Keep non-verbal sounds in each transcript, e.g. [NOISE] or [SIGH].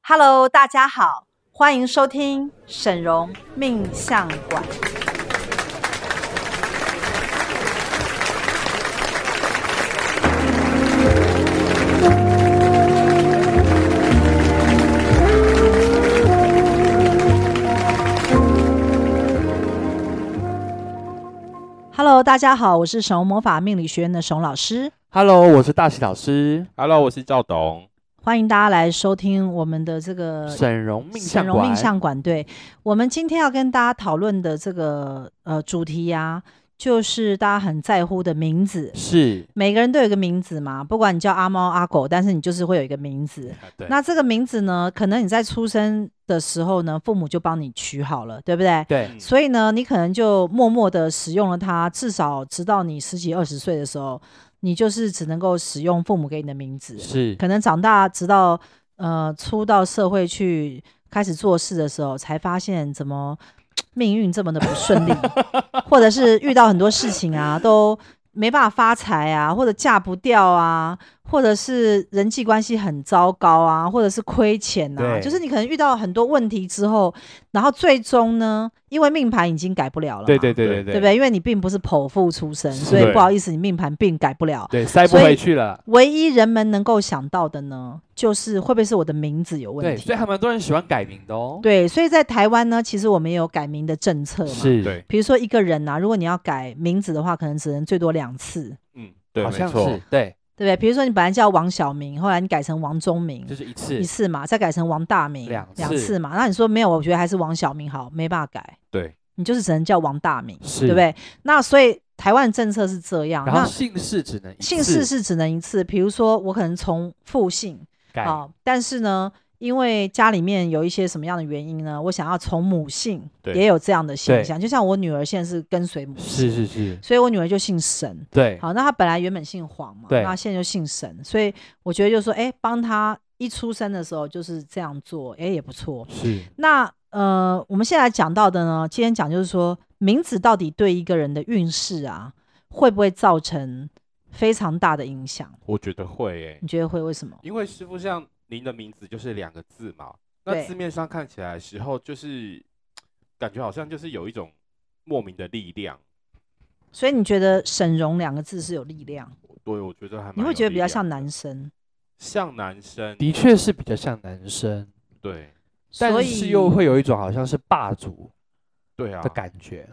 Hello，大家好，欢迎收听沈荣命相馆。Hello，大家好，我是沈荣魔法命理学院的沈荣老师， Hello，我是大喜老师， Hello，我是赵董。欢迎大家来收听我们的这个沈荣命呃沈相荣馆，命相馆，对我们今天要跟大家讨论的这个呃主题呀、就是大家很在乎的名字。是每个人都有一个名字嘛，不管你叫阿猫阿狗，但是你就是会有一个名字。啊对那这个名字呢，可能你在出生的时候呢，父母就帮你取好了，对不对？对，所以呢，你可能就默默的使用了它，至少直到你十几二十岁的时候，你就是只能够使用父母给你的名字。是可能长大直到呃出到社会去开始做事的时候，才发现怎么命运这么的不顺利，或者是遇到很多事情啊都没办法发财啊，或者嫁不掉啊，或者是人际关系很糟糕啊，或者是亏钱啊，对就是你可能遇到很多问题之后，然后最终呢，因为命盘已经改不了了嘛，对对对对对不对？因为你并不是剖腹出生，所以对不好意思，你命盘并改不了。对，塞不所以回去了。唯一人们能够想到的呢，就是会不会是我的名字有问对，题？所以还蛮多人喜欢改名的哦。对所以在台湾呢，其实我们也有改名的政策嘛。是，对，比如说一个人啊，如果你要改名字的话，可能只能最多两次，嗯，对，好没像错是，，对，对不对？比如说你本来叫王小明，后来你改成王忠明就是一次一，次嘛，再改成王大明两次次嘛。那你说没有，我觉得还是王小明好，没办法改，对，你就是只能叫王大明，是对不？对？那所以台湾政策是这样，然那后姓氏只能一姓氏次是只能一次，比如说我可能从复姓。改，好、但是呢，因为家里面有一些什么样的原因呢？我想要从母姓，对也有这样的现对象。就像我女儿现在是跟随母姓，是是是，所以我女儿就姓沈。对，好，那她本来原本姓黄嘛，对那现在就姓沈，所以我觉得就是说，哎，帮她一出生的时候就是这样做，哎，也不错。是那呃，我们现在讲到的呢，今天讲就是说，名字到底对一个人的运势啊，会不会造成非常大的影响？我觉得会诶，你觉得会？为什么？因为师傅像您的名字就是两个字嘛，那对字面上看起来的时候就是感觉好像就是有一种莫名的力量，所以你觉得“沈荣”两个字是有力量？对，我觉得还蛮你会有觉得比力较量像的男生，像男生，的确是比较像男生，对所但以是又会有一种好像是霸主对啊的，感觉，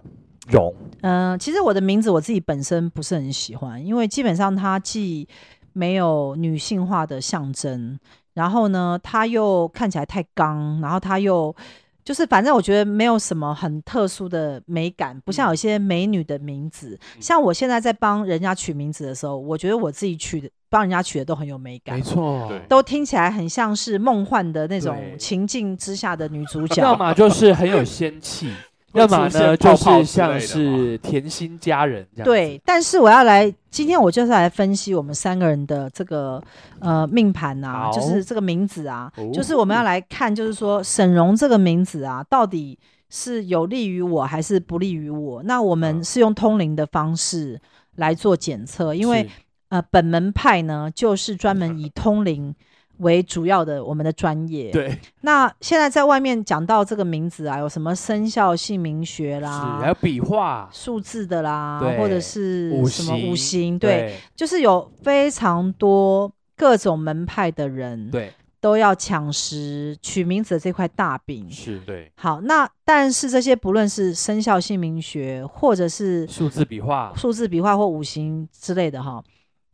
荣嗯、呃其实我的名字我自己本身不是很喜欢，因为基本上它既没有女性化的象征，然后呢，它又看起来太刚，然后它又就是反正我觉得没有什么很特殊的美感，不像有些美女的名字。嗯像我现在在帮人家取名字的时候，我觉得我自己取的帮人家取的都很有美感没。错，对都听起来很像是梦幻的那种对情境之下的女主角，要么就是很有仙气，要么呢会出现就泡是泡之类的像嘛是甜心佳人这样子。对，但是我要来，今天我就是来分析我们三个人的这个呃命盘啊，就好是这个名字啊，哦就是我们要来看，就是说沈荣这个名字啊，到底是有利于我还是不利于我？那我们啊嗯是用通灵的方式来做检测，因为是呃本门派呢就是专门以通灵。为主要的我们的专业，对那现在在外面讲到这个名字啊，有什么生肖姓名学啦，是还有笔画数字的啦，对或者是五什么五行行，对，就是有非常多各种门派的人对都要抢食取名字的这块大饼。是对好，那但是这些不论是生肖姓名学，或者是数字笔画数字笔画或五行之类的哈，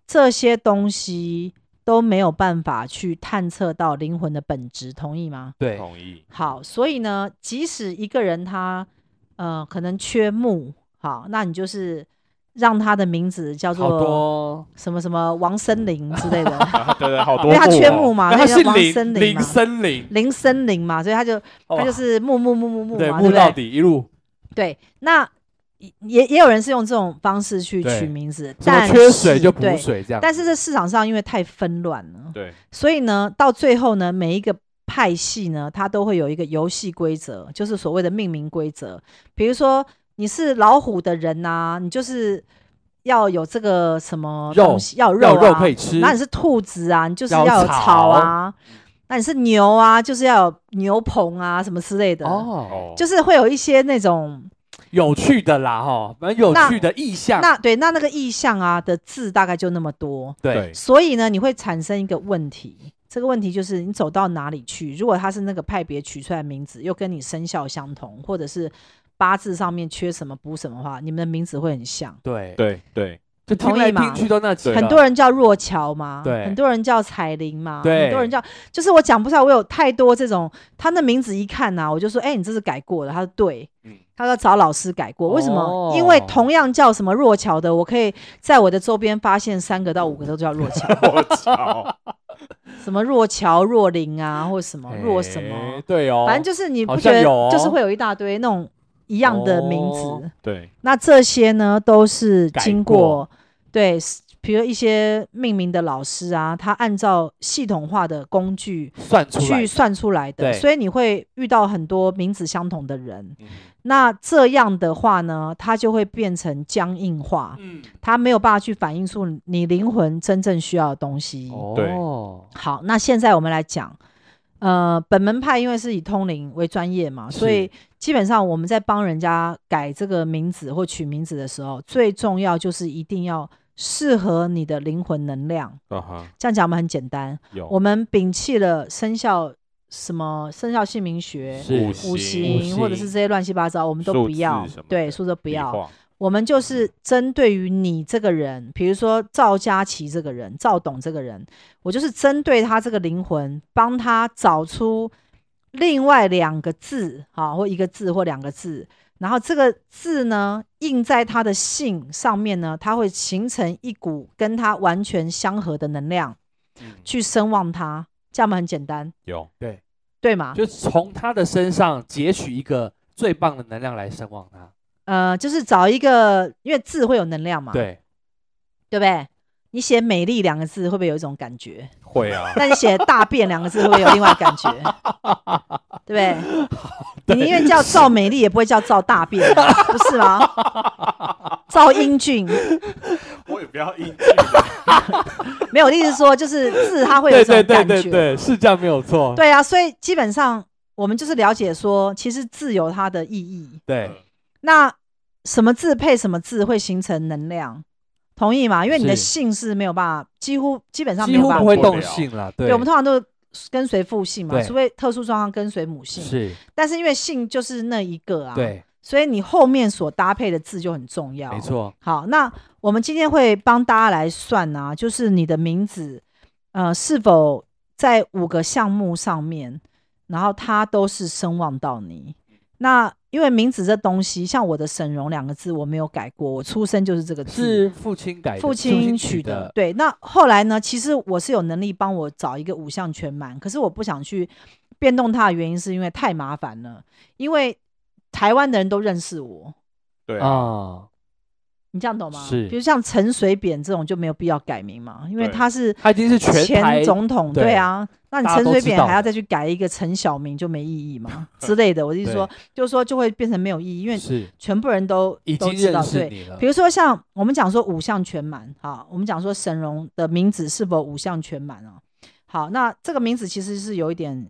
这些东西都没有办法去探测到灵魂的本质，同意吗？对同意，好，所以呢，即使一个人他呃可能缺木，好，那你就是让他的名字叫好做多嗯什么什么王森林之类的， [LAUGHS] 啊对对，好因多为他木缺哦木嘛，那那它叫是王森林林林嘛，森林，林森林嘛，所以他就哇他就是木木木木木对嘛，木对不到对？底一路对，那也也有人是用这种方式去对取名字，什么但缺水是就补对。水啊这样。但是这市场上因为太纷乱了，对所以呢，到最后呢，每一个派系呢，它都会有一个游戏规则，就是所谓的命名规则。比如说你是老虎的人呐、你就是要有这个什么肉东西，要有要肉有啊。肉可以吃那，你是兔子啊，你就是要要有草草啊。那你是牛啊，就是要有牛棚啊什么之类的，哦，就是会有一些那种有趣的啦哈，蛮有那趣的意象。那对那那个意象啊的字大概就那么多，对对所以呢，你会产生一个问题，这个问题就是你走到哪里去？如果它是那个派别取出来的名字，又跟你生肖相同，或者是八字上面缺什么补什么的话，你们的名字会很像。对，对对，就听同来意吗听去都那几个，很多人叫若乔嘛，啊对很多人叫彩玲嘛，对很多人叫，就是我讲不出来，我有太多这种，他那名字一看呐、我就说，哎、你这是改过的，他说对，嗯，他说找老师改过，为什么？哦因为同样叫什么若乔的，我可以在我的周边发现三个到五个都叫若 [LAUGHS] 乔，我操，什么若乔、若琳啊，或什么哎若什么，对哦，反正就是你不好觉像得有哦就是会有一大堆那种一样的名字。哦对那这些呢，都是经改过对，是比如一些命名的老师啊，他按照系统化的工具算出来去算出来的，对所以你会遇到很多名字相同的人。嗯那这样的话呢，它就会变成僵硬化，嗯，它没有办法去反映出你灵魂真正需要的东西。对哦，好，那现在我们来讲，呃，本门派因为是以通灵为专业嘛，所是以基本上我们在帮人家改这个名字或取名字的时候，最重要就是一定要适合你的灵魂能量。啊哈，这样讲我们很简单，有我们摒弃了生肖什么生肖姓名学。是五行行或者是这些乱七八糟，我们都数不要字什么，对，的数字都不要。笔画我们就是针对于你这个人，比如说赵佳琪这个人、赵董这个人，我就是针对他这个灵魂，帮他找出另外两个字，啊，或一个字或两个字，然后这个字呢印在他的姓上面呢，它会形成一股跟他完全相合的能量，嗯去声望他，这样嘛很简单，有对吗？就从他的身上截取一个最棒的能量来声望他。呃，就是找一个，因为字会有能量嘛，对，对不对？你写“美丽”两个字，会不会有一种感觉？会啊，那你写“大便”两个字会不会有另外感 [LAUGHS] 觉？对不对？你宁愿叫赵美丽，也不会叫赵大便啊，不是吗？赵英俊 [LAUGHS] 我也不要硬记吧没有，我的意思是说就是字它会有对一种对感觉对。对对，是这样没有错。对啊，所以基本上我们就是了解说，其实字有它的意义。对那什么字配什么字会形成能量？同意吗？因为你的是姓是没有办法，几乎基本上没几有乎办法不会改动性了。对，对，我们通常都是跟随父姓嘛，对除非特殊状况跟随母姓。是，但是因为姓就是那一个啊，，对，所以你后面所搭配的字就很重要。没。错，好，那我们今天会帮大家来算啊，就是你的名字，呃，是否在五个项目上面，然后它都是声望到你。那因为名字这东西，像我的沈荣两个字我没有改过，我出生就是这个字，是父亲改的，父亲取的。。对，那后来呢？其实我是有能力帮我找一个五项全满，可是我不想去变动它的原因，是因为太麻烦了。因为台湾的人都认识我，对啊，啊，你这样懂吗？是比如像陈水扁这种就没有必要改名嘛，因为对他是他已经是全台前总统，对对啊。那你大家陈都水知扁道还的要再去改一个陈小明就没意义 [LAUGHS] 嘛之类的。我的意思说，就是说就会变成没有意义，因为是全部人都已都经知认道识对。你了比。如说像我们讲说五项全满，好，我们讲说沈荣的名字是否五项全满哦？好，那这个名字其实是有一点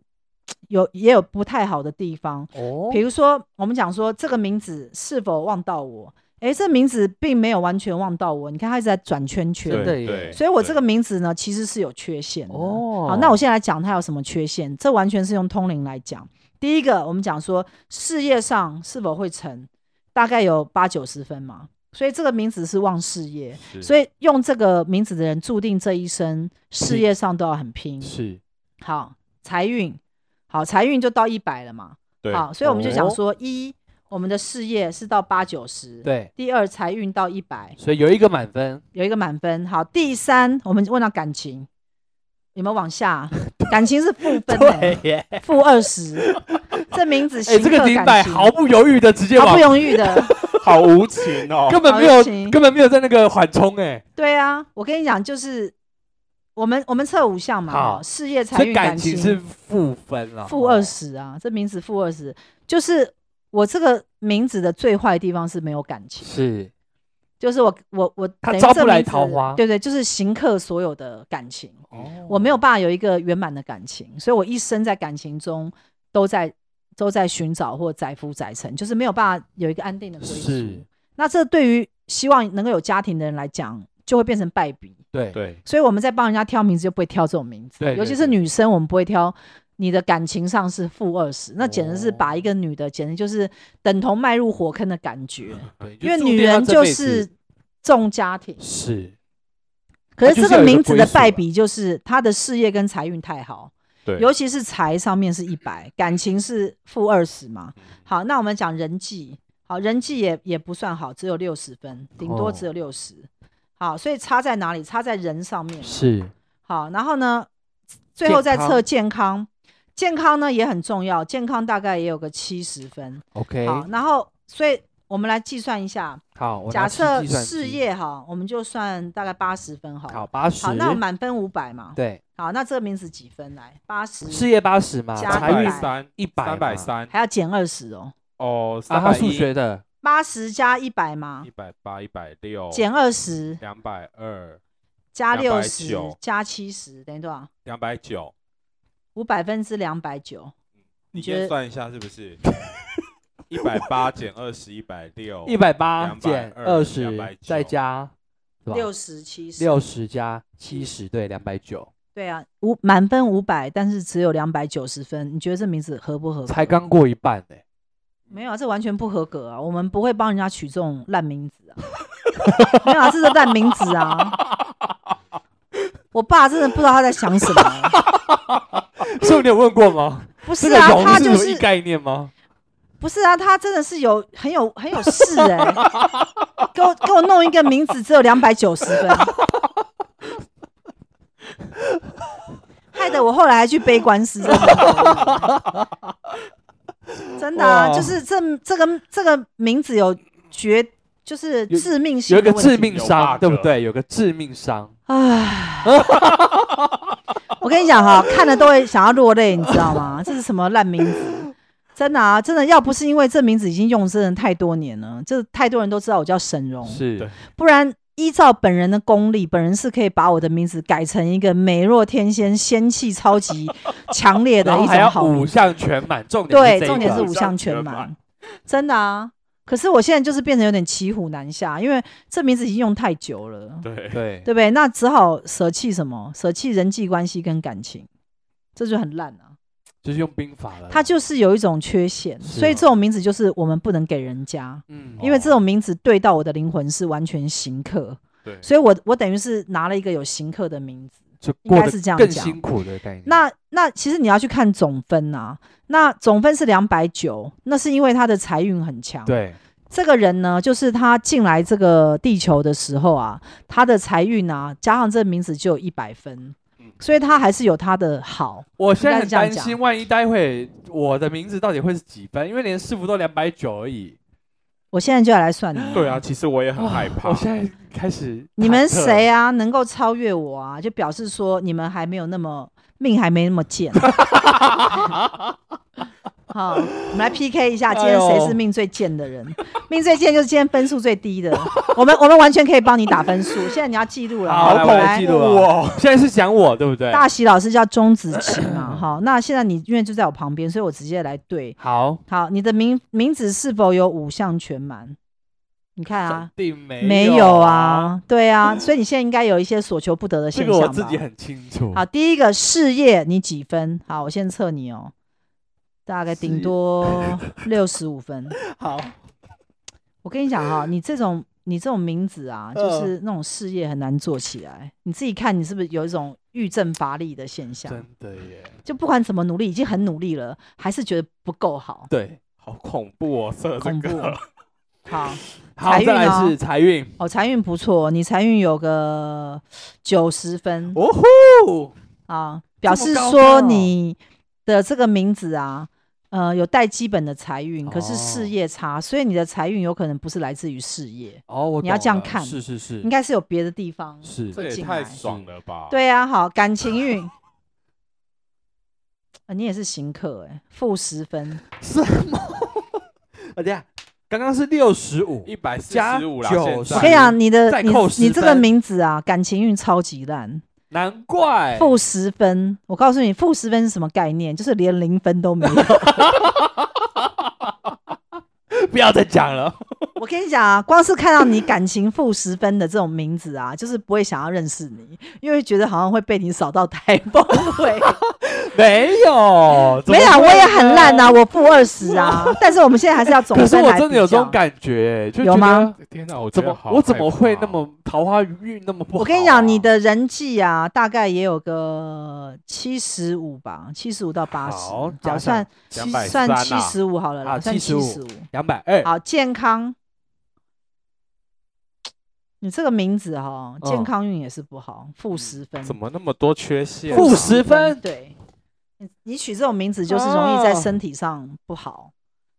有也有不太好的地方，哦比如说我们讲说这个名字是否忘到我，诶，这名字并没有完全忘到我，你看它一直在转圈真圈。的对耶对，所以，我这对个名字呢，其实是有缺陷的。哦，好，那我现在来讲它有什么缺陷，这完全是用通灵来讲。第一个，我们讲说事业上是否会成，大概有八九十分嘛，所以这个名字是旺事业，是所以用这个名字的人注定这一生事是业上都要很拼。是好，财运，好，财运就到一百了嘛。对好，所以我们就讲哦说，一我们的事业是到八九十，。对，第二，财运到一百，所以有一个满分，有一个满分。好，第三，我们问到感情，有没有往 [LAUGHS] 下？感情是负分的、对 [LAUGHS] 耶，负二十，这名字 [LAUGHS] 哎，行这个刻停摆感情，毫不犹豫的直接毫往不，犹豫的，好无情哦，根本没好有情根本没有在那个缓冲哎，对啊，我跟你讲，就是我们我们测五项嘛，好哦事业、财所以运、感情情是负分了，负二十啊，这名字负二十，就是我这个名字的最坏地方是没有感情，是就是我我我他等于招这不来名字桃花对对，就是行客所有的感情，哦我没有办法有一个圆满的感情，所以我一生在感情中都在都在寻找或载夫载沉，就是没有办法有一个安定的归是宿。那这对于希望能够有家庭的人来讲，就会变成败笔。对 [LAUGHS] 对，所以我们在帮人家挑名字就不会挑这种名字，对对尤其是对女生，我们不会挑。你的感情上是负二十，那简直是哦把一个女的，简直就是等同迈入火坑的感觉。对，就因为注女定要人这就辈是子重家庭，是可是就这是要有一名个字归啊的属败吧笔就是她的事业跟财运太好，对，尤其是财上面是一百，感情是负二十嘛。好，那我们讲人际，好，人际也也不算好，只有六十分，顶多哦只有六十、好，所以差在哪里？差在人上面嘛。是好，然后呢，最后再健康测健康，健康呢也很重要，健康大概也有个七十分。 OK 好，然后所以我们来计算一下，好，我假拿起设计算事机业哈，我们就算大概八十分好了。好八十，好，那我满分五百嘛。对好，那这个名字几分来？八十，事业八十嘛，加三财百运100三一百三百三还要减二十哦。啊，哦，三他百数学的八十加一百嘛一，百八一百六啊减二十两百二加六十290加七十等于多少？两百九，五百分之两百九，你觉先得算一下是不是？ [LAUGHS] 一百 [LAUGHS] 八减二十，一百六，一百八220减二十290，再加是吧六十七十。六十加七十，对，两百九，对啊，五满分五百，但是只有两百九十分，你觉得这名字合不合格？才刚过一半 [LAUGHS] 呢。没有啊，这完全不合格啊！我们不会帮人家取这种烂名字啊， [LAUGHS] 没有啊，这是烂名字 [LAUGHS] 啊！我爸真的不知道他在想什么啊、 [LAUGHS] 所以你有问过吗？不这是个啊，容他是就有一是概念吗？不是啊，他真的是有很有很有事哎、给我给我弄一个名字只有两百九十分，害得我后来还去背官司，真的，真的啊，哇就是这这个这个名字有绝就是有致命性有一的个问题，致命有伤， bug 对不对？有个致命伤，唉， [LAUGHS] 我跟你讲哈，看了都会想要落泪，你知道吗？这是什么烂名字？真的啊，真的，要不是因为这名字已经用真的太多年了，这太多人都知道我叫沈荣，是对不然依照本人的功力，本人是可以把我的名字改成一个美若天仙、仙气超级强烈的 [LAUGHS] 然后一还种要好名五项全满，重点对，这一重点个是五项 [LAUGHS] 全满，真的啊。可是我现在就是变成有点骑虎难下，因为这名字已经用太久了。对，对对不对？那只好舍弃什么？舍弃人际关系跟感情，这就很烂啊。就是用兵法了。它就是有一种缺陷，呃是所以啊这种名字就是我们不能给人家，嗯因为这种名字对到我的灵魂是完全行客，对，所以我我等于是拿了一个有行客的名字。就应该过得是这样更讲辛苦的概念。那那其实你要去看总分啊，那总分是两百九，那是因为他的财运很强。对这个人呢，就是他进来这个地球的时候啊，他的财运啊，加上这名字就有一百分嗯，所以他还是有他的好。我现在很担应该是这样心，万一待会我的名字到底会是几分？因为连师傅都两百九而已。我现在就要来算你，对啊，其实我也很害怕我，现在开始，你们谁啊？啊能够超越我啊，就表示说你们还没有那么命还没那么 [LAUGHS] 贱。好，我们来 PK 一下，今天谁是命最贱的人？命最贱就是今天分数最低的。我们我们完全可以帮你打分数。现在你要记录了，好来恐我来怖哦！现在是讲我对不嗯对？大喜老师叫钟子晴嘛，好，那现在你因为就在我旁边，所以我直接来对。好，好，你的名名字是否有五项全满？你看啊肯，定没没有，啊，对啊，所以你现在应该有一些所求不得的这现个象我吧自己很清楚。好，第一个事业你几分？好，我先测你哦，大概事顶业多六十五分。好，我跟你讲哈、你这种你这种名字啊，嗯就是那种事业很难做起来。你自己看，你是不是有一种欲振乏力的现象？真的耶，就不管怎么努力，已经很努力了，还是觉得不够好，对，好恐怖哦，呃色这恐怖 [LAUGHS] 个哦。好，好，财运再来哦是财运。哦，财运不错，你财运有个九十分哦吼，啊，表示高说分哦你的这个名字啊，呃，有带基本的财运，可是哦事业差，所以你的财运有可能不是来自于事业，哦，我你要懂这样了看是是是，应该是有别的地方。是这也进太来爽了吧！，对啊，好，感情运。呃欸啊你也是行客哎、负十分， [LAUGHS] 什么？啊，等一下，刚刚是六十五，一百四加十五啦，九现十我跟你在啊讲，你的再你扣你10这个分名字啊，感情运超级烂，难怪负十分。我告诉你，负十分是什么概念？就是连零分都 [LAUGHS] 没有。不要再讲了。我跟你讲啊，光是看到你感情负十分的这种名字啊，就是不会想要认识你，因为觉得好像会被你扫到台风 [LAUGHS] 尾。 [LAUGHS] 没 [LAUGHS] 有，怎么没有啊，我会也呢很烂呐、啊，我负二十 [LAUGHS] 啊。但是我们现在还是要总可分是我来真的比有这种较感觉，就有觉吗得？天哪，我怎觉得么好我怎害么会怕那么桃花运那么不好啊、我跟你讲，你的人际啊，大概也有个七十五吧，七十五到八十，好好加算上两百算三七啊十五好了啦，啊算七75十五。两百二， [LAUGHS] 好，健康，你这个名字哈、健嗯康运也是不好，负十分，怎么那么多缺啊陷？负10分对，你你取这种名字就是容易在哦身体上不好。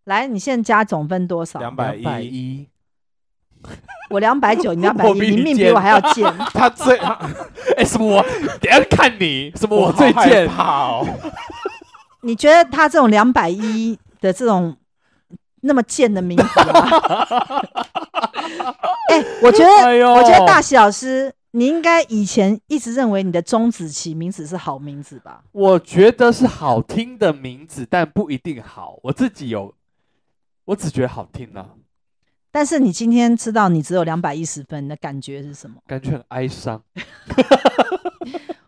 来，你现在加总分多少？ 200一， [LAUGHS] 我两百九，你两百我一，比你你命比贱我还要 [LAUGHS] 贱。他最他哎，什么我？等一下看 [LAUGHS] 你什么？我最好害贱，怕哦，你觉得他这种两百一的这种那么贱的名字吗？ [LAUGHS] 哎、我觉得，哎呦我觉得大喜老师，你应该以前一直认为你的钟子琪名字是好名字吧？我觉得是好听的名字，但不一定好。我自己有，我只觉得好听啊，但是你今天知道你只有两百一十分，你的感觉是什么？感觉很哀伤。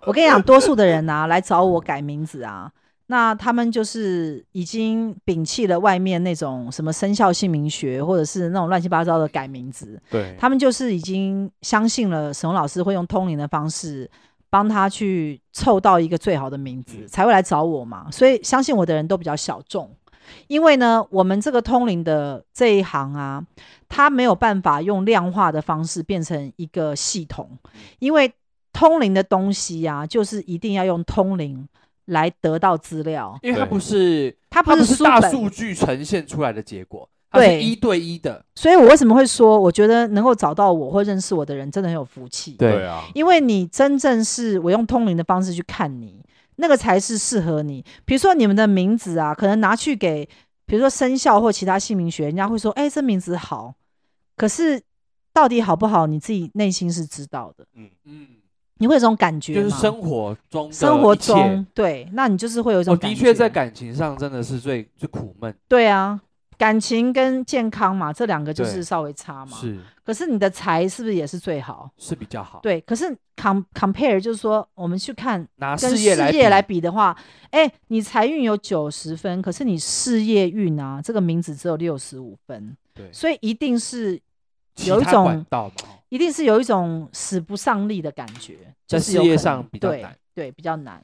我跟你讲，多数的人啊来找我改名字啊，那他们就是已经摒弃了外面那种什么生肖姓名学，或者是那种乱七八糟的改名字，对，他们就是已经相信了沈宏老师会用通灵的方式帮他去凑到一个最好的名字，才会来找我嘛。所以相信我的人都比较小众，因为呢，我们这个通灵的这一行啊，它没有办法用量化的方式变成一个系统，因为通灵的东西啊，就是一定要用通灵来得到资料，因为它对不是，它不它不是是书大本数据呈现出来的结果，它是对一对一的。所以我为什么会说，我觉得能够找到我或认识我的人，真的很有福气。对，啊，因为你真正是我用通灵的方式去看你，那个才是适合你。比如说你们的名字啊，可能拿去给，比如说生肖或其他姓名学，人家会说，哎、这名字好，可是到底好不好，你自己内心是知道的，嗯，嗯，你会有一种感觉就是嘛生活中的生活一切中，对，那你就是会有一种我感的觉，确在感情上真的是最最苦闷，对啊，感情跟健康嘛，这两个就是对稍微差嘛。是可是你的财是不是也是最好？是比较好。，对，可是 com compare 就是说，我们去看拿跟啊事业来比来比的话，哎、你财运有九十分，可是你事业运啊，这个名字只有六十五分，对所以一定是其有一他种管道嘛，一定是有一种使不上力的感觉，就在是事有业可能上比较对难对，比较难。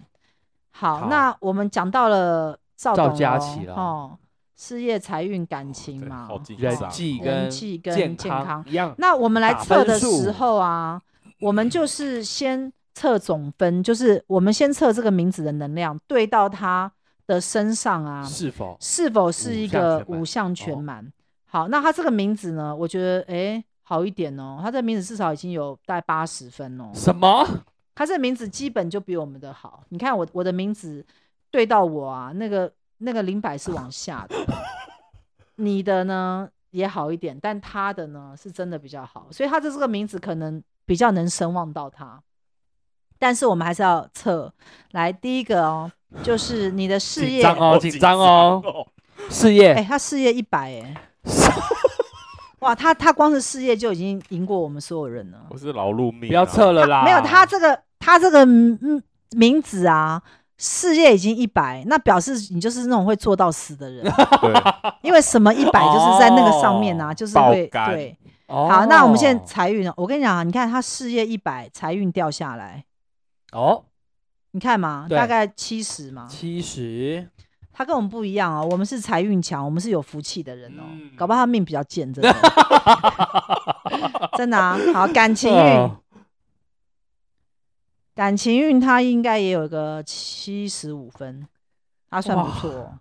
好，好那我们讲到了赵赵董佳咯琪哦啦哦，事业、财运、感情对嘛，好紧人张，际人跟际跟健健康一样，那我们来打测分的数嗯时候啊，我们就是先测总分，就是我们先测这个名字的能量对到他的身上啊，是否是否是一五项个五项全满全哦满。好，那他这个名字呢，我觉得诶好一点哦，他这个名字至少已经有大概八十分哦。什么？他这个名字基本就比我们的好。你看我我的名字对到我啊，那个那个零百是往下的，你的呢也好一点，但他的呢是真的比较好，所以他的这个名字可能比较能声望到他。但是我们还是要测，来第一个哦，就是你的事紧业，张哦，好紧紧张哦，哦，事哎、业他事业一百哎，哇，他他光是事业就已经赢过我们所有人了。我是劳碌命啊，不要测了啦，没有，他这个他这个嗯名字啊，事业已经一百，那表示你就是那种会做到死的 [LAUGHS] 人，对，因为什么一百就是在那个上面啊，哦就是爆会肝对。哦好，那我们现在财运呢？我跟你讲啊，你看他事业一百，财运掉下来，哦你看嘛，对大概七十嘛。七十，他跟我们不一样哦，我们是财运强，我们是有福气的人哦，嗯搞不好他命比较贱，真 [LAUGHS] 的，真的啊。好，感情运， [LAUGHS] 哦感情运他应该也有个七十五分，他算不哇错哦。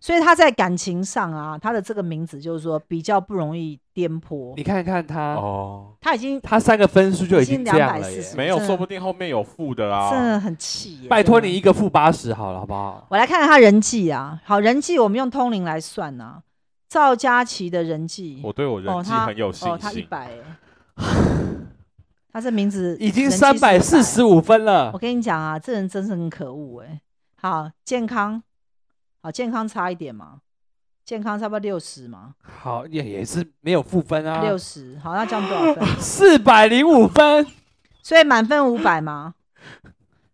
所以他在感情上啊，他的这个名字就是说比较不容易颠簸你。看看他，哦，他已经他三个分数就已经这样了已经耶240。没 [LAUGHS] 有，真的说不定后面有负的真的啦，很气耶。啊拜托真的你一，个负八十好了，好不好？我来看看他人际啊。好，人际我们用通灵来算啊，赵佳琪的人际，我对我人哦际他很有信哦，他一心。百，他这名字已经呃人气三百四400十五分了我。跟你讲啊，这人真是很可恶哎、好，健康，好健康差一点嘛，健康差不多六十嘛，好，也也是没有负分啊，六十、好，那这样多少分？四百零五分。所以满分五百 [LAUGHS] 嘛。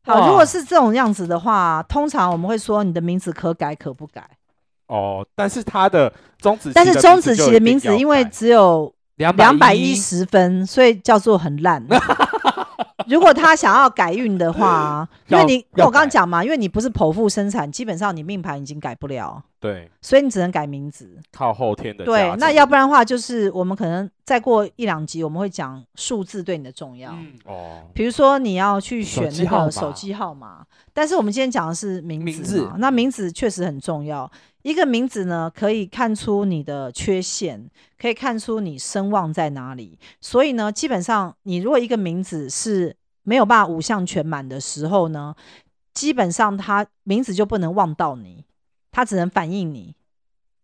好，哇如果是这种样子的话，通常我们会说你的名字可改可不改。哦，但是他的钟子，但是钟子琪的名字因为只有两两百一，十分，所以叫做很 [LAUGHS] 烂。如果他想要改运的话，因为要你因为要我刚刚改讲嘛，因为你不是剖腹生产，基本上你命盘已经改不了，对所以你只能改名字。靠后天的对啊价，那值要不然的话，就是我们可能再过一两集，我们会讲数字对你的重要。嗯，哦，比如说你要去选手机那号个码手机号码，但是我们今天讲的是名字嘛名字那名字确实很重要。一个名字呢，可以看出你的缺陷，可以看出你声望在哪里。所以呢，基本上你如果一个名字是没有办法五项全满的时候呢，基本上它名字就不能望到你，它只能反映你，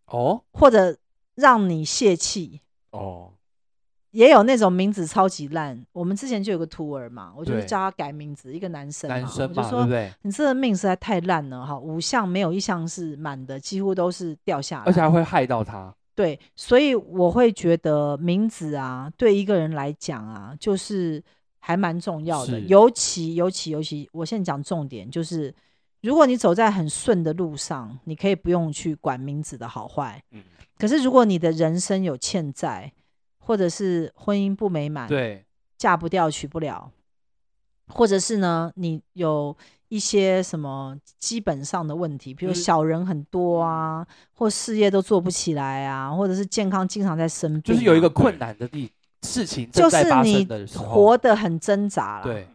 哦，或者让你泄气。哦，也有那种名字超级烂，我们之前就有个徒儿嘛，我就是对叫他改名字，一个男生嘛，男生啊我嘛，就对不说对？你这个命实在太烂了哈，五项没有一项是满的，几乎都是掉下来，而且还会害到他。对，所以我会觉得名字啊，对一个人来讲啊，就是还蛮重要的，是尤其尤其尤其，我现在讲重点就是，如果你走在很顺的路上，你可以不用去管名字的好坏，嗯，可是如果你的人生有欠债，或者是婚姻不美满，对，嫁不掉、娶不了，或者是呢，你有一些什么基本上的问题，比如嗯小人很多啊，或事业都做不起来啊，或者是健康经常在生病啊、就是有一个困对难的地事情就正在是发生你的时候，活得很挣扎啦。对，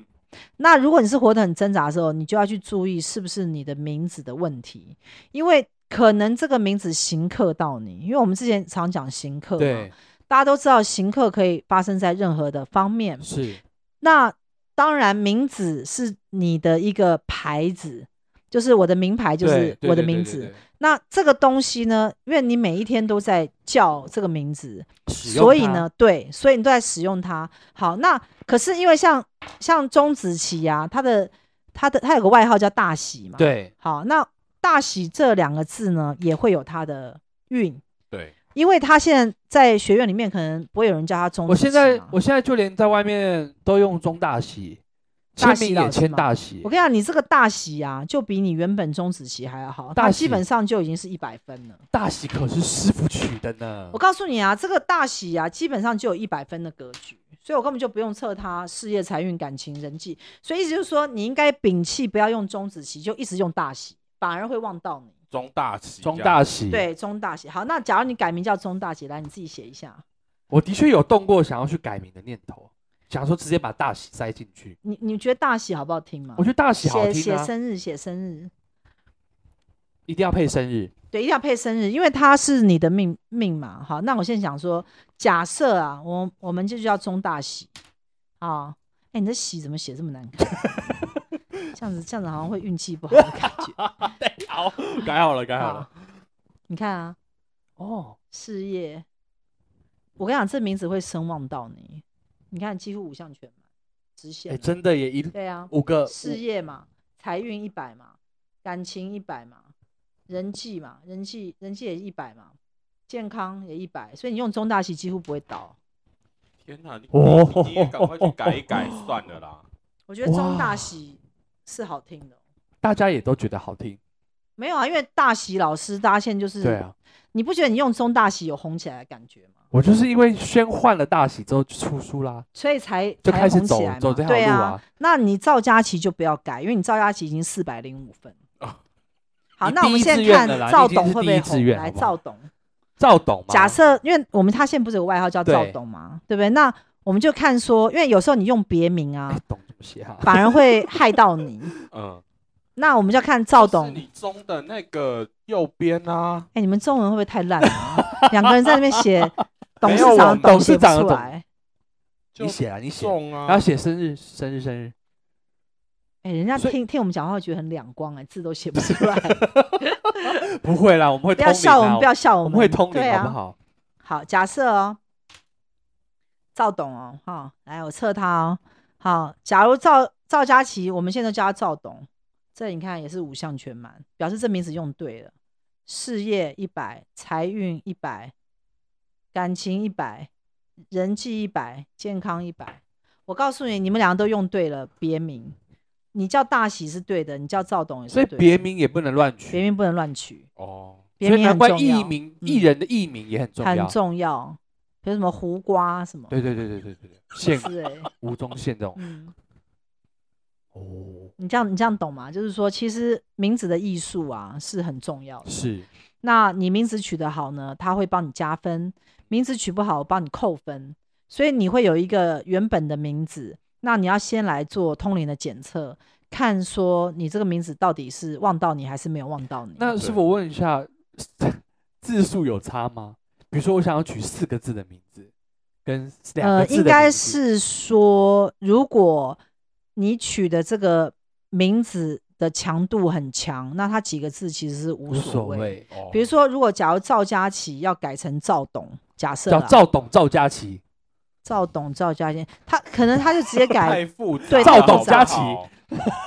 那如果你是活得很挣扎的时候，你就要去注意是不是你的名字的问题，因为可能这个名字行克到你，因为我们之前常讲行克嘛对，，大家都知道行克可以发生在任何的方面，是那当然，名字是你的一个牌子，就是我的名牌，就是我的名字。，那这个东西呢，因为你每一天都在叫这个名字，所以呢，，对，所以你都在使用它。好，那可是因为像像钟子琪啊，他的他的他有个外号叫大喜嘛，对对对对对，对，好，那大喜这两个字呢，也会有它的运。对，因为他现在在学院里面，可能不会有人叫他钟子我琪现在嘛我现在就连在外面都用中大喜，大签喜名老也师签吗大喜我，跟你讲，你这个大喜啊，就比你原本钟子琪还要好，大它喜嗯基本上就已经是一百分了。大喜可是师傅取的呢我。告诉你啊，这个大喜啊，基本上就有一百分的格局，所以我根本就不用测他事业、财运、感情、人际。所以意思就是说，你应该摒弃不要用钟子琪，就一直用大喜，反而会忘到你。中大旗，中大喜，，对，钟大喜。好，那假如你改名叫钟大喜，来，你自己写一下。我的确有动过想要去改名的念头，想说直接把大喜塞进去。你你觉得大喜好不好听吗我？觉得大喜好写听写啊，生日，写生日，一定要配生日。对，一定要配生日，因为它是你的命命嘛。好，那我现在想说，假设啊，我我们就叫中大喜啊。哎、你的喜怎么写这么难看？ [LAUGHS] 这样子，这样子好像会运气不好的感觉。好，改好了，改好了好，，你看啊，哦，事业，我跟你讲，这名字会声望到你。你看，几乎五项全满，直线哎，嘛、真的也一对啊，五个事业嘛，财运一百嘛，感情一百嘛，人际嘛，人际人际也一百嘛，健康也一百，所以你用中大喜几乎不会倒。天哪，你哦你也赶快去改 [LAUGHS] 一改算了啦。我觉得中大哇喜是好听的哦。大家也都觉得好听。没有啊，因为大喜老师大家现在就是，对啊，你不觉得你用中大喜有红起来的感觉吗？我就是因为先换了大喜之后就出书啦，所以才就才开始红起走来走嘛这条对路啊啊。那你赵佳琪就不要改，因为你赵佳琪已经四百零五分。好，哦你那第我们一现志在愿看了啦你赵已经董是会不第会一志红愿来，好不赵好董。赵董嘛。假设，因为我们他现在不是有个外号叫赵对董嘛，对不对？那我们就看说，因为有时候你用别名啊 [LAUGHS] 哎，，董怎么写啊？反而会害到你。嗯，那我们就要看赵董是，你中的那个右边啊，哎、你们中文会不会太烂了啊？两个人在那边 [LAUGHS] 写董没事有我长，们董写事不长的出董来。就你写啊，你写，中然后啊，写生日，生日，生日。哎、人家所以听听我们讲话觉得很两光哎、字都写不出 [LAUGHS] 来。 [LAUGHS] 不会啦，我们会不通要灵、啊，笑我们，不要笑我我们，们会通对灵，啊好不好？好，假设哦，赵董哦，哈、来我测他哦，好，假如赵赵佳琪，我们现在叫他赵董，这你看也是五项全满，表示这名字用对了，事业一百，财运一百，感情一百，人际一百，健康一百。我告诉你，你们两个都用对了别名，你叫大喜是对的，你叫赵董也所是以对的，啊别名也不能乱取，别名不能乱取，哦，别所以名难很怪重艺要，名、嗯艺人的艺名也很重要。很重要，比如什么胡瓜什么，对对对对对对对，县是哎。吴宗宪这种嗯，哦，你这样你这样懂吗？就是说，其实名字的艺术啊是很重要的。是那你名字取得好呢，它会帮你加分；名字取不好，帮你扣分。所以你会有一个原本的名字，那你要先来做通灵的检测，看说你这个名字到底是旺到你还是没有旺到你。那师对傅，我问一下， [LAUGHS] 字数有差吗？比如说，我想要取四个字的名字，跟两呃个，字的名字、应该是说，如果你取的这个名字的强度很强，那它几个字其实是无无所谓。谓，哦比如说，如果假如赵佳琪要改成赵董，假设叫啦赵董、赵佳琪，赵董赵佳琪，他可能他就直接 [LAUGHS] 改太复杂对了，赵好不董佳琪好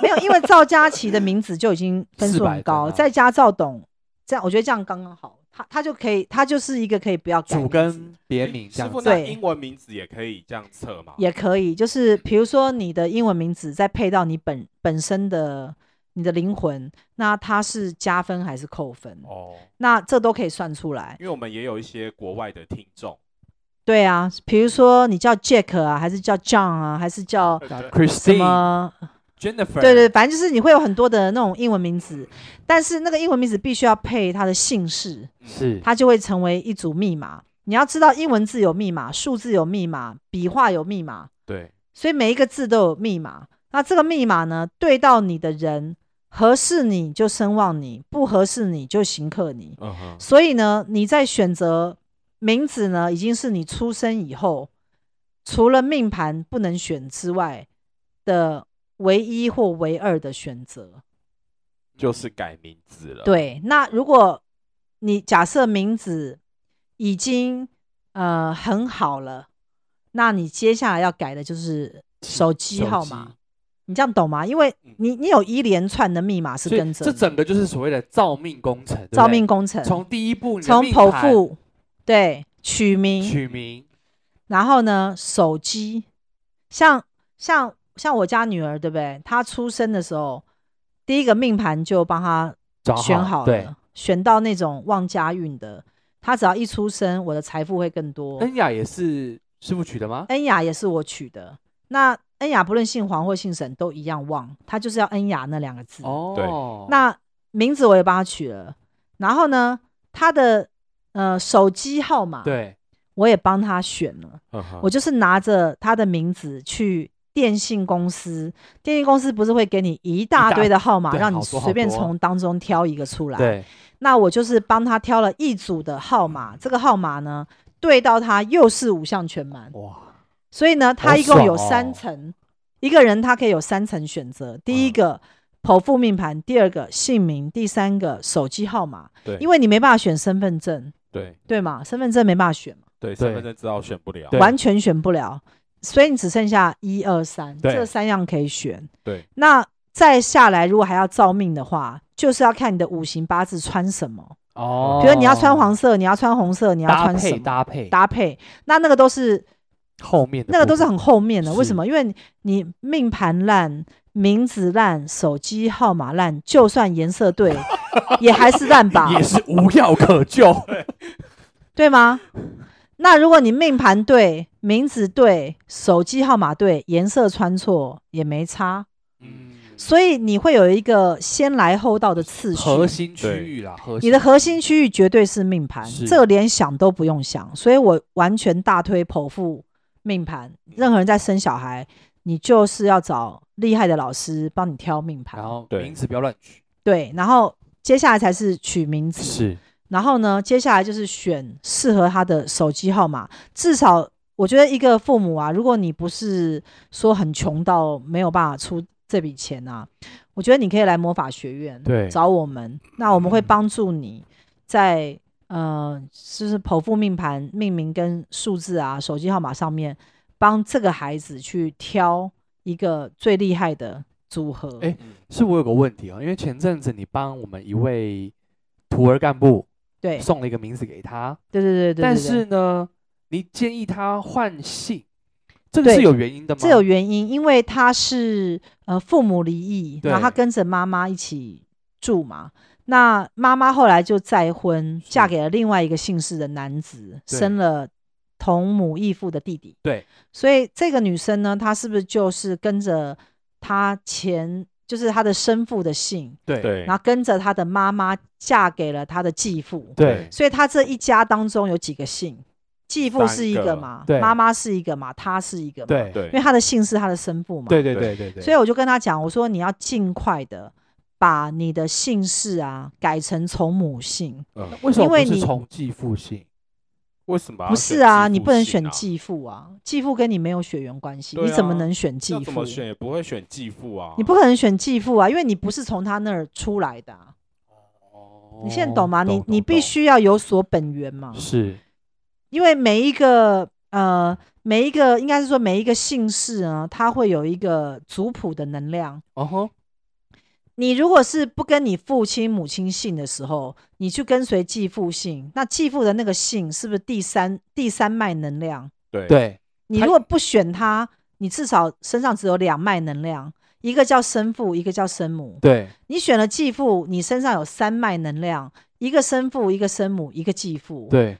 没有，因为赵佳琪的名字就已经分数400很高，分啊再加赵董，这样我觉得这样刚刚好，他他就可以，他就是一个可以不要改主名字跟别诶名这师样傅，子。那对英文名字也可以这样测吗？也可以，就是比如说你的英文名字再配到你本本身的你的灵魂，那它是加分还是扣分？哦，那这都可以算出来。因为我们也有一些国外的听众，对啊，比如说你叫 Jack 啊，还是叫 John 啊，还是叫对叫对什 Christine、么 Jennifer，对对，反正就是你会有很多的那种英文名字，但是那个英文名字必须要配他的姓氏，是它就会成为一组密码。你要知道，英文字有密码，数字有密码，笔画有密码，对，所以每一个字都有密码。那这个密码呢，对到你的人合适你就声望你，不合适你就行克你。嗯哼，所以呢，你在选择名字呢，已经是你出生以后除了命盘不能选之外的唯一或唯二的选择。就是改名字了。，对，那如果你假设名字已经呃很好了，那你接下来要改的就是手机手号机码，你这样懂吗？因为嗯你你有一连串的密码是所以跟着这你整个就是所谓的造命工程，对不造对命工程，从第一步你的从命剖盘腹对取名取名，然后呢，手机，像像像我家女儿，对不对？她出生的时候，第一个命盘就帮她找选好好对，了，选到那种旺家运的。她只要一出生，我的财富会更多。恩雅也是师傅取的吗？恩雅也是我取的，那恩雅不论姓黄或姓沈都一样旺，她就是要恩雅那两个字。哦，那名字我也帮她取了，然后呢，她的呃手机号码对，我也帮她选了。嗯哼我就是拿着他的名字去电信公司，电信公司不是会给你一大堆的号码，对让好你多好随便多从当中挑一个出来。对，那我就是帮他挑了一组的号码，这个号码呢对到他又是五项全满，哇，所以呢他一共爽有哦三层，一个人他可以有三层选择，嗯第一个。剖腹命盘，第二个姓名，第三个手机号码，对，因为为你没办法选身份证，对对吗？身份证没办法选嘛。对，身份证资料选不了。对完全选不了，所以你只剩下一二三对这三样可以选。对，那再下来，如果还要照命的话，就是要看你的五行八字穿什么。哦，比如你要穿黄色，你要穿红色，你要搭穿什配么搭配，搭配？那那个都是后面的那个都部是分很后面的。为是什么？因为你你命盘烂。名字烂，手机号码烂，就算颜色对， [LAUGHS] 也还是烂吧？ [LAUGHS] 也是无药 [LAUGHS] 可救，对吗？那如果你命盘对、名字对、手机号码对、颜色穿错也没差，嗯，所以你会有一个先来后到的次序。核心区对域啦，核你心的核心区域绝对是命盘是，这连想都不用想，所以我完全大推剖腹命盘。嗯任何人在生小孩，你就是要找厉害的老师帮你挑命盘然，后对名字不要乱取，对，然后接下来才是取名字。然后呢，接下来就是选适合他的手机号码。至少我觉得一个父母啊，如果你不是说很穷到没有办法出这笔钱啊，我觉得你可以来魔法学院对嗯找我们，那我们会帮助你在呃，就是剖腹命盘命名跟数字啊、手机号码上面，帮这个孩子去挑一个最厉害的组合。哎嗯是我有个问题哦，因为前阵子你帮我们一位徒儿干部对送了一个名字给他，对对对对对，但对是呢，你建议他换姓，这个是对有原因的吗？这有原因，因为他是呃父母离异，然后他对跟着妈妈一起住嘛。那妈妈后来就再婚，嫁是给了另外一个姓氏的男子，对生了同母异父的弟弟。对，所以这个女生呢，她是不是就是跟着她前，就是她的生父的姓，对对然后跟着她的妈妈嫁给了她的继父？对所以她这一家当中有几个姓？继父三是一个个嘛，对妈妈是一个嘛，她是一个嘛，对对因为他的姓是他的生父嘛。对对对对对，所以我就跟他讲，我说你要尽快的把你的姓氏啊改成从母姓，嗯为什么因为不是你从继父姓？为什么要不选是啊，继你父不能姓选啊，继父啊，继父跟你没有血缘关系，对你怎么啊能选继要父怎？么选也不会选继父啊。你不可能选继父啊，因为你不是从他那儿出来的啊、哦你现在懂吗？你你必须要有所本源嘛，是因为每一个呃每一个应该是说每一个姓氏啊，它会有一个族谱的能量。哦吼，你如果是不跟你父亲、母亲姓的时候，你去跟随继父姓，那继父的那个姓是不是第三第三脉能量？对对你他如果不选他，你至少身上只有两脉能量，一个叫生父，一个叫生母。对你选了继父，你身上有三脉能量，一个生父，一个生母，一个继父。，对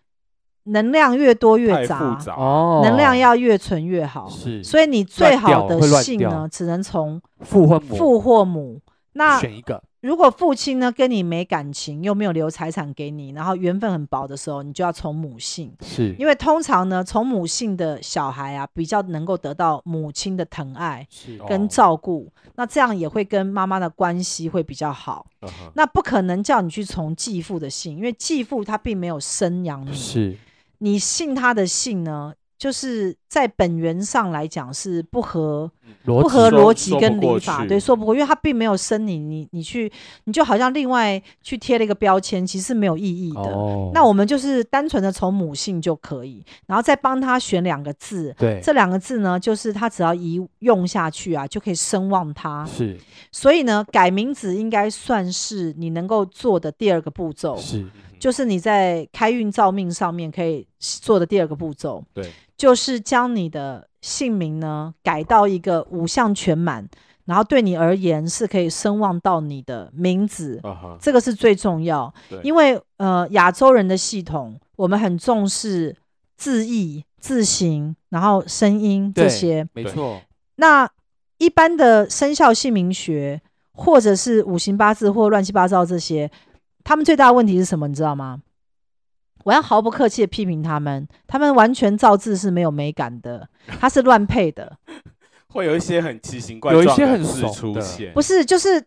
能量越多太越杂复，杂了，哦，能量要越存越好。是所以你最乱掉好的会乱姓掉呢，只能从父或母父或母。那选一个，如果父亲呢跟你没感情，又没有留财产给你，然后缘分很薄的时候，你就要从母姓，是因为通常呢，从母姓的小孩啊，比较能够得到母亲的疼爱是跟哦照顾，那这样也会跟妈妈的关系会比较好。嗯哼那不可能叫你去从继父的姓，因为继父他并没有生养你，哦是你信他的姓呢，就是在本源上来讲是不合逻不辑合说逻辑说跟不过理法，去对，说不过，因为他并没有生你，你你去，你就好像另外去贴了一个标签，其实是没有意义的。哦，那我们就是单纯的从母姓就可以，然后再帮他选两个字，对这两个字呢，就是他只要一用下去啊，就可以声望他。是所以呢，改名字应该算是你能够做的第二个步骤，是嗯哼就是你在开运造命上面可以做的第二个步骤。对，就是将你的姓名呢改到一个五项全满，然后对你而言是可以声望到你的名字，啊哈，这个是最重要对。因为呃，亚洲人的系统，我们很重视字义、字形，然后声音这对些。没对错，那一般的生肖姓名学，或者是五行八字或乱七八糟这些，他们最大的问题是什么？你知道吗？我要毫不客气的批评他们，他们完全造字是没有美感的，它是乱配的，会有一些很奇形怪有一状些的很字怂出的现，不是就是。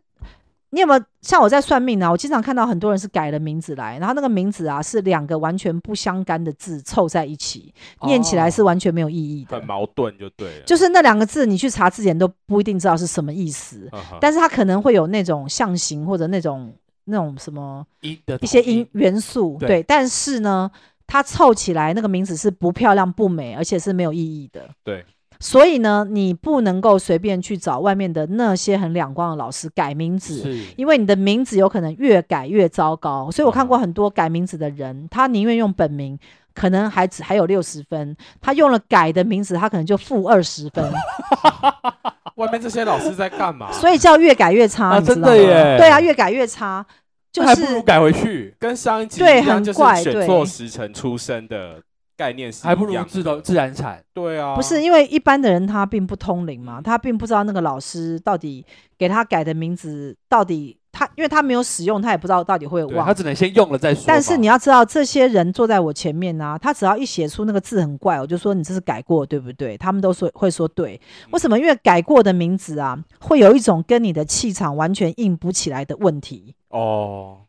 你有没有像我在算命啊呢？我经常看到很多人是改了名字来，然后那个名字啊是两个完全不相干的字凑在一起，念起来是哦完全没有意义的很。矛盾就对了，就是那两个字，你去查字典都不一定知道是什么意思。嗯哼但是它可能会有那种象形或者那种那种什么音哦的一些同音元素，对对。但是呢，它凑起来那个名字是不漂亮、不美，而且是没有意义的。对。所以呢，你不能够随便去找外面的那些很两光的老师改名字，是因为你的名字有可能越改越糟糕。所以我看过嗯很多改名字的人，他宁愿用本名。可能还只还有六十分，他用了改的名字，他可能就负二十 [LAUGHS] 分，啊外面这些老师在干嘛？所以叫越改越差，啊你知真道的吗耶对啊，越改越差，就那是还不如改回去，跟上一集对一样，很就是怪选对错时辰出生的概念是还不一如样自的动自然产。对啊，不是因为一般的人他并不通灵嘛，他并不知道那个老师到底给他改的名字到底他，因为他没有使用，他也不知道到底会对忘他。只能先用了再说嘛。但是你要知道，这些人坐在我前面啊，他只要一写出那个字很怪，我就说你这是改过，对不对？他们都说会说对，嗯为什么？因为改过的名字啊，会有一种跟你的气场完全应不起来的问题。哦，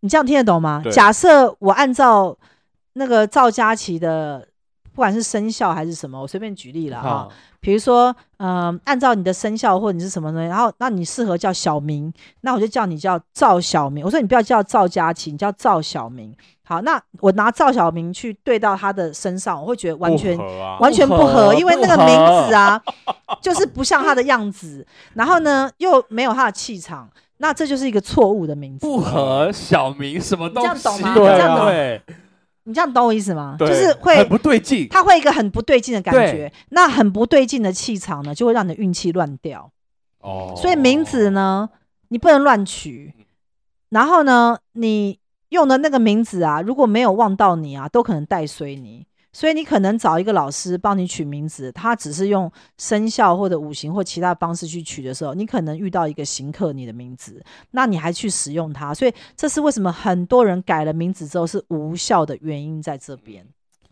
你这样听得懂吗？对假设我按照那个赵佳琪的不管是生肖还是什么，我随便举例了啊好。比如说，嗯，按照你的生肖或者你是什么东西，然后那你适合叫小明，那我就叫你叫赵小明。我说你不要叫赵佳琪，你叫赵小明。好，那我拿赵小明去对到他的身上，我会觉得完全不合啊，完全不不合合，因为那个不合名字啊，就是不像他的样子，然后呢又没有他的气场，那这就是一个错误的名字。不和小明什么东西？你这样懂吗对你这样啊懂对，你这样懂我意思吗？对就是很会，不对劲。他会一个很不对劲的感对觉，那很不对劲的气场呢，就会让你的运气乱掉。哦，所以名字呢，你不能乱取嗯。然后呢，你用的那个名字啊，如果没有忘到你啊，都可能带衰你。所以你可能找一个老师帮你取名字，他只是用生肖或者五行或其他方式去取的时候，你可能遇到一个行克你的名字，那你还去使用它，所以这是为什么很多人改了名字之后是无效的原因在这边。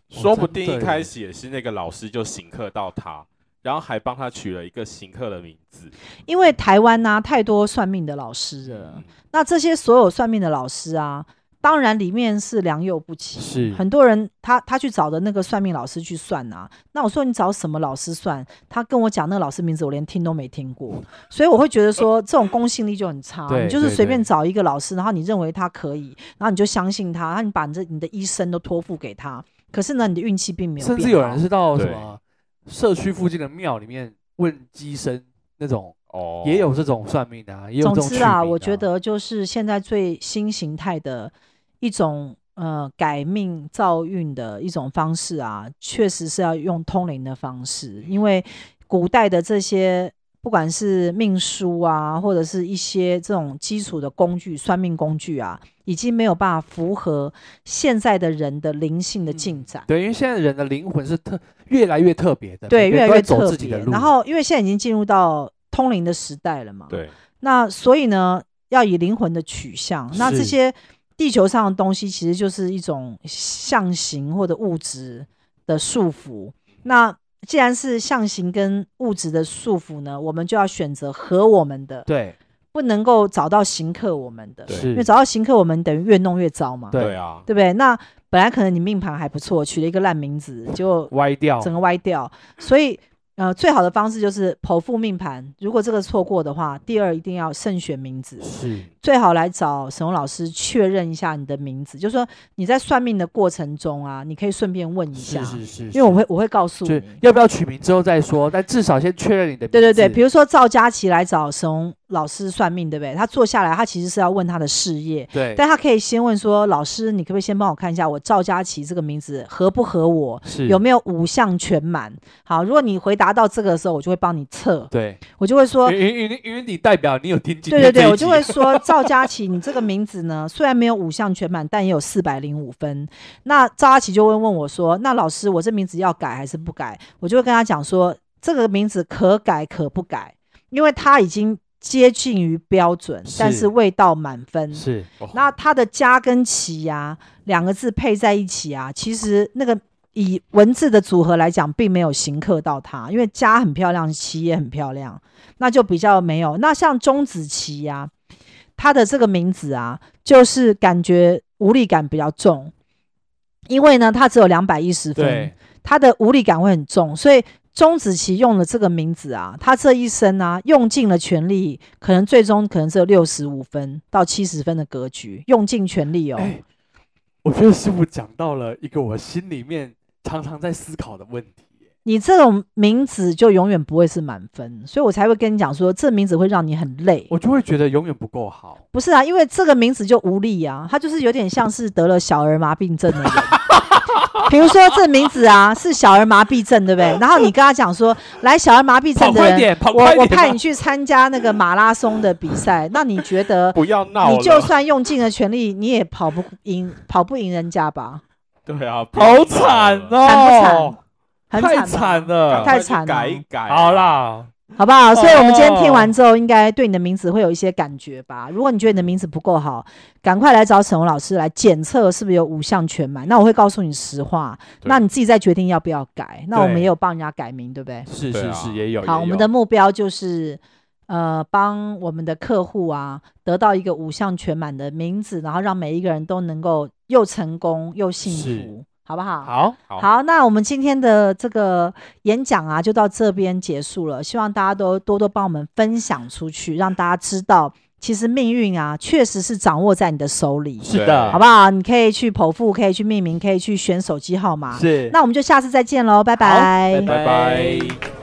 说不定真一的耶开始也是那个老师就行客到他，然后还帮他取了一个行客的名字，因为台湾呐、太多算命的老师了啊嗯，那这些所有算命的老师啊，当然里面是良莠不齐，是很多人他他去找的那个算命老师去算啊，那我说你找什么老师算？他跟我讲那个老师名字，我连听都没听过，所以我会觉得 [LAUGHS] 说这种公信力就很差。对你就是对随便对找一个老师，然后你认为他可以，然后你就相信他，然后你把你这你的一生都托付给他。可是呢，你的运气并没有甚变好，至有人是到什对么社区附近的庙里面问鸡生那种，哦，也有这种算命的、啊，也有总这种取之名啦，的我觉啊得就是现在最新形态的一种呃改命造运的一种方式啊，确实是要用通灵的方式，因为古代的这些。不管是命书啊，或者是一些这种基础的工具、算命工具啊，已经没有办法符合现在的人的灵性的进展。对，因为现在人的灵魂是特越来越特别的，对，每个越来人都越在走特自己别的。路。然后，因为现在已经进入到通灵的时代了嘛，对，那所以呢，要以灵魂的取向，那这是些地球上的东西其实就是一种象形或者物质的束缚。那既然是象形跟物质的束缚呢，我们就要选择合我们的，对，不能够找到行克我们的，对是因为找到行克我们等于越弄越糟嘛，对对啊，对不对？那本来可能你命盘还不错，取了一个烂名字，就歪掉，整个歪掉。所以呃，最好的方式就是剖腹命盘。如果这个错过的话，第二一定要慎选名字，是最好来找沈宏老师确认一下你的名字，就是说你在算命的过程中啊，你可以顺便问一下，是是是，因为我是会我会告诉就是你。要不要取名之后再说，但至少先确认你的名字。对对对，比如如说赵佳琪来找沈宏老师算命，对不对？他坐下来，他其实是要问他的事业，对，但他可以先问说：“老师，你可不可以先帮我看一下我赵佳琪这个名字合不合我？是有没有五项全满？”好，如果你回答到这个的时候，我就会帮你测，对，我就会说：“因为因为因为你代表你有听进，对对对，我就啊会说 [LAUGHS] 赵佳琪，你这个名字呢，虽然没有五项全满，但也有四百零五分。那赵佳琪就会问我说：“那老师，我这名字要改还是不改？”我就会跟他讲说：“这个名字可改可不改，因为他已经接近于标准，但是是未到满分。”是哦那它的“加”跟“琪”呀两个字配在一起啊，其实那个以文字的组合来讲，并没有行克到它，因为“加”很漂亮，“琪”也很漂亮，那就比较没有。那像钟子琪呀、他的这个名字啊，就是感觉无力感比较重，因为呢，他只有两百一十分对，，他的无力感会很重，所以。钟子琪用了这个名字啊，他这一生啊，用尽了全力，可能最终可能只有六十五分到七十分的格局，用尽全力哦。哎，我觉得师傅讲到了一个我心里面常常在思考的问题耶。你这种名字就永远不会是满分，所以我才会跟你讲说，这名字会让你很累。我就会觉得永远不够好，不是啊，因为这个名字就无力啊，它就是有点像是得了小儿麻痹症的人。 [LAUGHS] 比如说这名字啊是小儿麻痹症，对不对？然后你跟他讲说，来小儿麻痹跑症的快人，点，跑我快点啊！我派你去参加那个马拉松的比赛，那你觉得 [LAUGHS] 不要闹了，你就算用尽了全力，你也跑不赢，跑不赢人家吧？对啊，不要好闹了惨惨哦，很惨太吧，惨赶了，快太去惨了改一啊改，好，啦，好不好？所以，我们今天听完哦之后，应该对你的名字会有一些感觉吧？如果你觉得你的名字不够好，赶快来找沈宏老师来检测是不是有五项全满。那我会告诉你实话，对那你自己再决定要不要改。那我们对也有帮人家改名，对不对？是对是啊是，也有好，哦也我们有的目标就是，呃，帮我们的客户啊，得到一个五项全满的名字，然后让每一个人都能够又成功又幸是福，好不好？好，好好，那我们今天的这个演讲啊，就到这边结束了。希望大家都多多帮我们分享出去，让大家知道，其实命运啊，确实是掌握在你的手里，是啊对的，好不吧，好？你可以去剖腹，可以去命名，可以去选手机号码。是，那我们就下次再见喽，拜好拜拜拜。